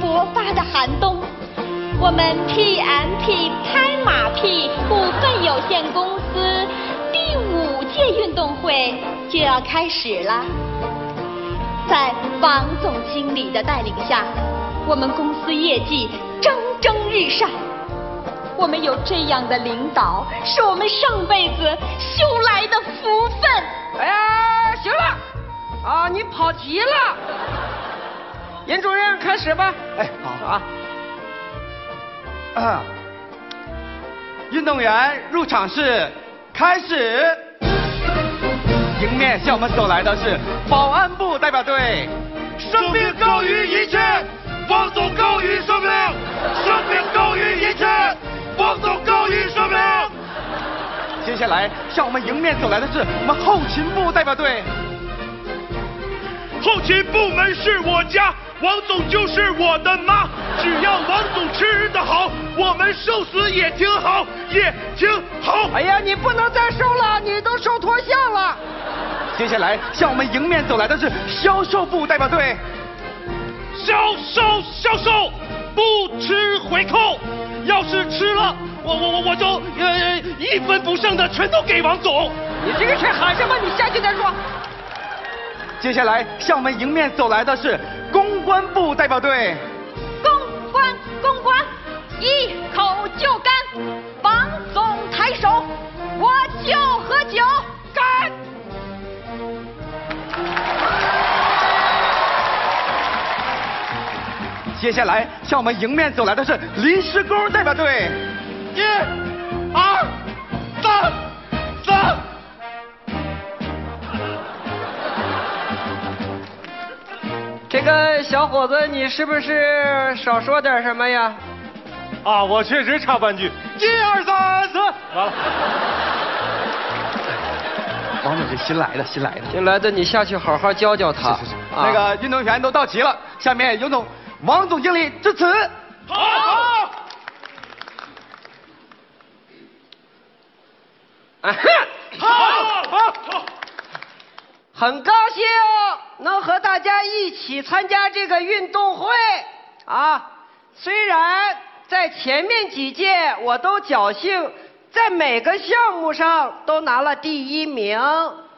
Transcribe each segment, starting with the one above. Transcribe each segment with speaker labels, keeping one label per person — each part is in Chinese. Speaker 1: 爆发的寒冬，我们 PMP 拍马屁股份有限公司第五届运动会就要开始了。在王总经理的带领下，我们公司业绩蒸蒸日上。我们有这样的领导，是我们上辈子修来的福分。
Speaker 2: 哎呀，行了，啊，你跑题了。严主任，开始吧。
Speaker 3: 哎，好
Speaker 2: 啊，
Speaker 3: 啊，运动员入场式开始。迎面向我们走来的是保安部代表队，
Speaker 4: 生命高于一切，王总高于生命，生命高于一切，王总高于生命。
Speaker 3: 接下来向我们迎面走来的是我们后勤部代表队，
Speaker 4: 后勤部门是我家，王总就是我的妈。只要王总吃得好，我们瘦死也挺好，也挺好。
Speaker 2: 哎呀，你不能再瘦了，你都瘦脱相了。
Speaker 3: 接下来向我们迎面走来的是销售部代表队，
Speaker 4: 销售销售，不吃回扣，要是吃了，我我我我就呃一分不剩的全都给王总。
Speaker 2: 你这个是喊什么？你下去再说。
Speaker 3: 接下来向我们迎面走来的是公关部代表队，
Speaker 1: 公关，公关，一口就干。王总抬手，我就喝酒。干！
Speaker 3: 接下来向我们迎面走来的是临时工代表队。
Speaker 4: 一、二、三、三。
Speaker 2: 这个小伙子，你是不是少说点什么呀？
Speaker 4: 啊，我确实差半句。一二三四，完了。
Speaker 3: 王总是新来的，新来的。
Speaker 2: 新来的，你下去好好教教他。
Speaker 3: 是是是
Speaker 2: 啊
Speaker 3: 那个运动员都到齐了，下面有总王总经理致辞。
Speaker 4: 好。
Speaker 2: 啊哈
Speaker 4: 好。好。
Speaker 2: 很高兴能和大家一起参加这个运动会啊！虽然在前面几届我都侥幸在每个项目上都拿了第一名，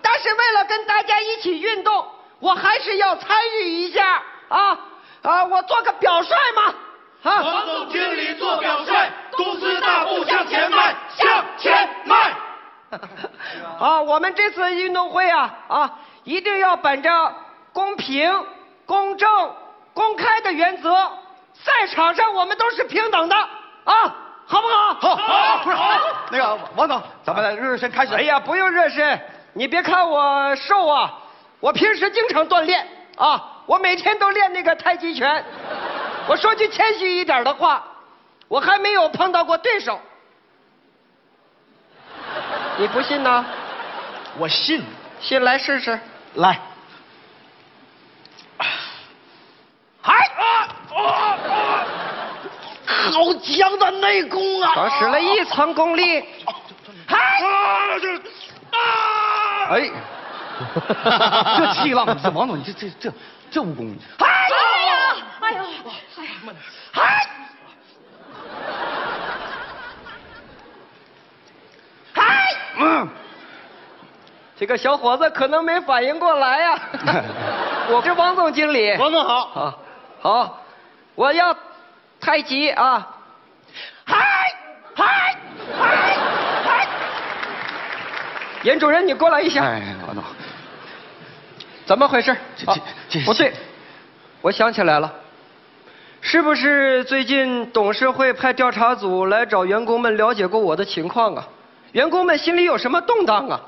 Speaker 2: 但是为了跟大家一起运动，我还是要参与一下啊啊！我做个表率嘛啊！
Speaker 4: 王总经理做表率，公司大步向前迈，向前迈。
Speaker 2: 啊，我们这次运动会啊啊，一定要本着公平、公正、公开的原则，赛场上我们都是平等的啊，好不好？
Speaker 3: 好，不是好，那个王总，咱们热热身开始。
Speaker 2: 哎呀，不用热身，你别看我瘦啊，我平时经常锻炼啊，我每天都练那个太极拳。我说句谦虚一点的话，我还没有碰到过对手。你不信呢？
Speaker 3: 我信，
Speaker 2: 信来试试。
Speaker 3: 来，
Speaker 4: 嗨啊啊啊！好强的内功啊！
Speaker 2: 刚使了一层功力，
Speaker 4: 嗨啊！这 啊！
Speaker 3: 哎，这气浪，这王总，你这这这这武功，
Speaker 4: 嗨
Speaker 1: 哎呀，哎呦，哎呀。
Speaker 4: 嗨！嗨！
Speaker 3: 嗯，
Speaker 2: 这个小伙子可能没反应过来 呀、我是王总经理。
Speaker 4: 王总好。
Speaker 2: 好，好，我要太极啊！
Speaker 4: 嗨嗨嗨嗨！
Speaker 2: 严主任，你过来一下，
Speaker 3: 哎，王总，
Speaker 2: 怎么回事？
Speaker 3: 这
Speaker 2: 啊
Speaker 3: 这这
Speaker 2: 不对
Speaker 3: 这，
Speaker 2: 我想起来了，是不是最近董事会派调查组来找员工们了解过我的情况啊？员工们心里有什么动荡啊？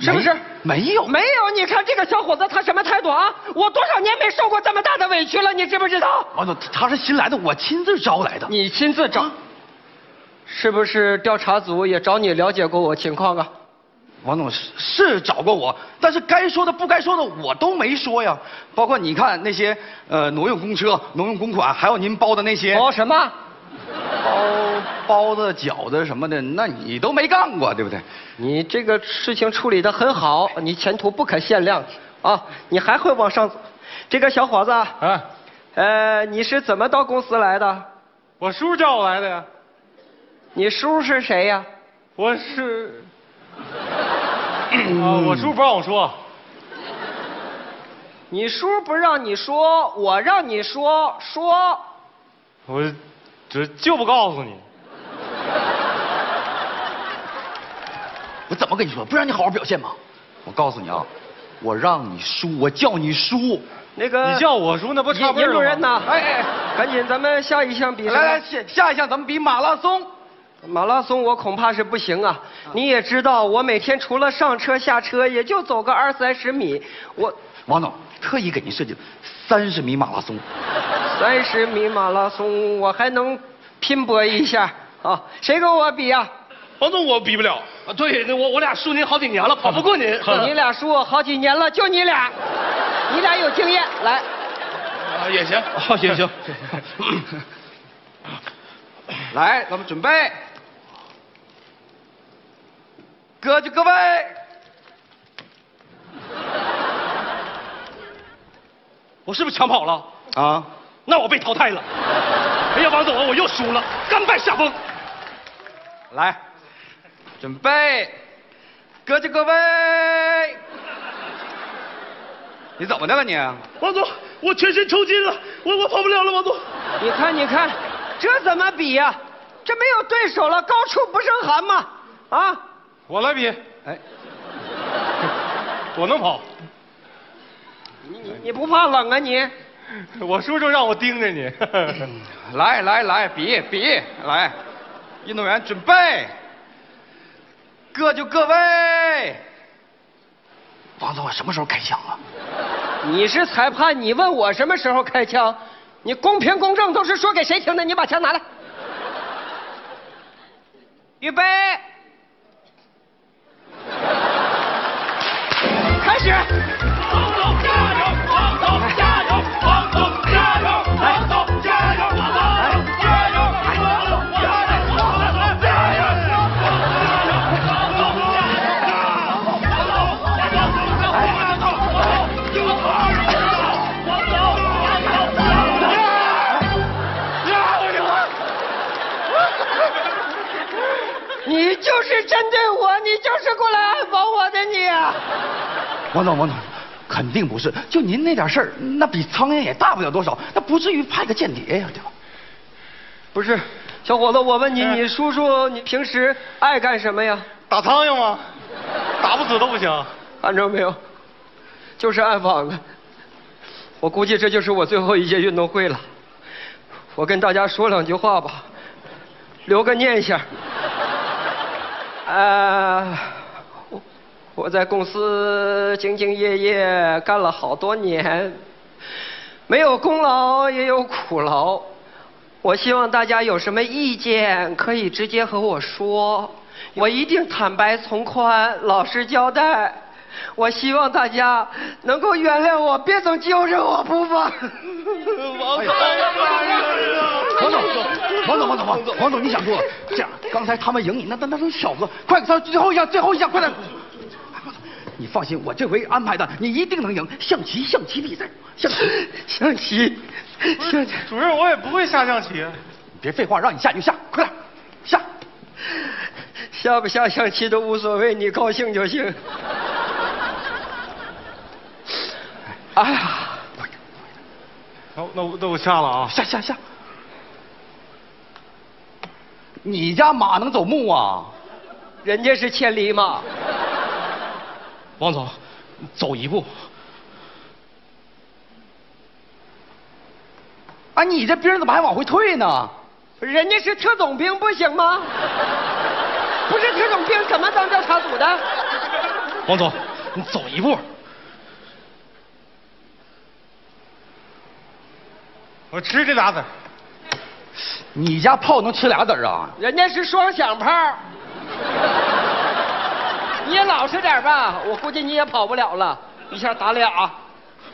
Speaker 2: 是不是？
Speaker 3: 没有
Speaker 2: 没有，你看这个小伙子他什么态度啊？我多少年没受过这么大的委屈了，你知不知道？
Speaker 3: 王总，他是新来的，我亲自招来的。
Speaker 2: 你亲自
Speaker 3: 嗯
Speaker 2: 找，是不是调查组也找你了解过我情况啊？
Speaker 3: 王总是是找过我，但是该说的不该说的我都没说呀，包括你看那些呃挪用公车、挪用公款，还有您包的那些
Speaker 2: 哦包什么？
Speaker 3: 包包子、饺子什么的，那你都没干过，对不对？
Speaker 2: 你这个事情处理得很好，你前途不可限量啊！你还会往上走。这个小伙子啊，
Speaker 4: 啊，
Speaker 2: 呃，你是怎么到公司来的？
Speaker 3: 我叔叫我来的呀，
Speaker 2: 你叔是谁呀？
Speaker 3: 我是，啊，我叔不让我说，
Speaker 2: 你叔不让你说，我让你说说。
Speaker 3: 我这就不告诉你。
Speaker 4: 我怎么跟你说？不让你好好表现吗？我告诉你啊，我让你输，我叫你输。
Speaker 2: 那个，
Speaker 3: 你叫我叔那不差
Speaker 2: 尹
Speaker 3: 辈儿
Speaker 2: 尹
Speaker 3: 吗
Speaker 2: 主任呢？
Speaker 3: 哎哎，
Speaker 2: 赶紧，咱们下一项比赛。
Speaker 3: 来来，下下一项咱们比马拉松。
Speaker 2: 马拉松我恐怕是不行啊！你也知道，我每天除了上车下车，也就走个二三十米。我
Speaker 4: 王总特意给您设计了三十米马拉松，
Speaker 2: 三十米马拉松，我还能拼搏一下啊！谁跟我比啊呀、
Speaker 5: 王总，我比不了。啊，对，那我我俩输您好几年了，跑不过您。
Speaker 2: 你俩输我好几年了，就你俩，你俩有经验。来，
Speaker 5: 啊也行，
Speaker 4: 好行行，
Speaker 3: 来，咱们准备，各就各位，
Speaker 5: 我是不是抢跑了？
Speaker 4: 啊，
Speaker 5: 那我被淘汰了。哎呀，王总，我又输了，甘拜下风。
Speaker 3: 来，准备，各就各位。你怎么的了你？啊
Speaker 5: 王总，我全身抽筋了，我我跑不了了，王总。
Speaker 2: 你看，你看，这怎么比呀、啊这没有对手了，高处不胜寒嘛！啊，
Speaker 3: 我来比，哎， 我能跑，
Speaker 2: 你你不怕冷啊你？
Speaker 3: 我叔就让我盯着 你。来来来，比比来，运动员准备，各就各位。
Speaker 4: 王总我什么时候开枪啊？
Speaker 2: 你是裁判，你问我什么时候开枪？你公平公正都是说给谁听的？你把枪拿来。预备，开始。
Speaker 5: 王总加油！王总加油！王总加油！王总加油！王总加油！王总加油！王总加油！
Speaker 2: 你就是针对我，你就是过来暗访我的你啊！
Speaker 4: 王总王总，肯定不是，就您那点事儿，那比苍蝇也大不了多少，那不至于派个间谍呀，对吧？
Speaker 2: 不是，小伙子，我问你，你叔叔你平时爱干什么呀？
Speaker 3: 打苍蝇吗？打不死都不行。
Speaker 2: 看着没有，就是暗访的。我估计这就是我最后一届运动会了。我跟大家说两句话吧，留个念想。呃，我我在公司兢兢业业干了好多年，没有功劳也有苦劳。我希望大家有什么意见可以直接和我说，我一定坦白从宽，老实交代。我希望大家能够原谅我，别总揪着我不放。
Speaker 3: 王总，哎呀
Speaker 4: 王总，王总，王总，王总，王总，你想多了。这样，刚才他们赢你，那那那是小个，快，到最后一项，最后一项，快点！你放心，我这回安排的，你一定能赢。象棋，象棋比赛，象棋，象棋，象棋。
Speaker 3: 主任，我也不会下象棋。
Speaker 4: 别废话，让你下你就下，快点，下！
Speaker 2: 下不下象棋都无所谓，你高兴就行。哎呀，
Speaker 3: 好，那我那我下了啊。
Speaker 4: 下下下！你家马能走木啊？
Speaker 2: 人家是千里马，
Speaker 5: 王总，走一步。
Speaker 4: 啊，你这兵怎么还往回退呢？
Speaker 2: 人家是特种兵，不行吗？不是特种兵怎么当调查组的？
Speaker 5: 王总，你走一步。
Speaker 3: 我吃这俩子儿。
Speaker 4: 你家炮能吃俩子儿啊？
Speaker 2: 人家是双响炮。你也老实点吧，我估计你也跑不了了，一下打俩。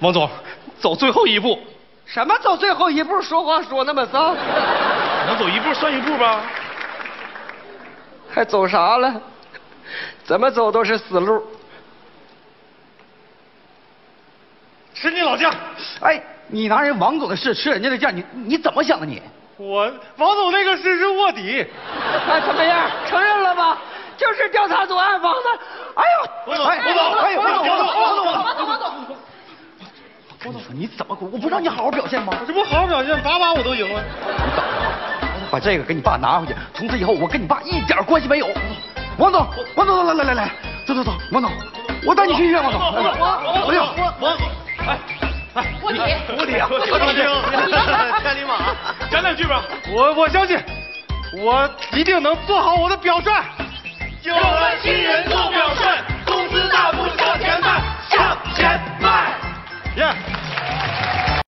Speaker 5: 王总，走最后一步。
Speaker 2: 什么走最后一步？说话说那么脏，
Speaker 5: 能走一步算一步吧。
Speaker 2: 还走啥了？怎么走都是死路。
Speaker 5: 是你老家，
Speaker 4: 哎，你拿人王总的事吃人家的价，你你怎么想的你？
Speaker 5: 我王总那个事是卧底，
Speaker 2: 哎，怎么样？承认了吧？就是调查组暗访的。哎呦，
Speaker 5: 王总
Speaker 4: 哎，
Speaker 5: 王总
Speaker 4: 哎呦，
Speaker 5: 王
Speaker 4: 王
Speaker 5: 总
Speaker 4: 总，王总，王总，王
Speaker 1: 王总，王总。
Speaker 4: 总，我说你怎么回？我不让你好好表现吗？
Speaker 5: 这不好好表现，把把我都赢了。
Speaker 4: 把这个给你爸拿回去，从此以后我跟你爸一点关系没有。王总，王总，来来来来，走走走，王总，我带你去医院，王总。来来哎呦，
Speaker 5: 王总，哎哎，
Speaker 1: 卧底
Speaker 5: 卧底 啊，卧底，千里马，啊 讲两句吧。我我相信，我一定能做好我的表率。有了新人做表率，工资大步向前迈，向前迈。耶。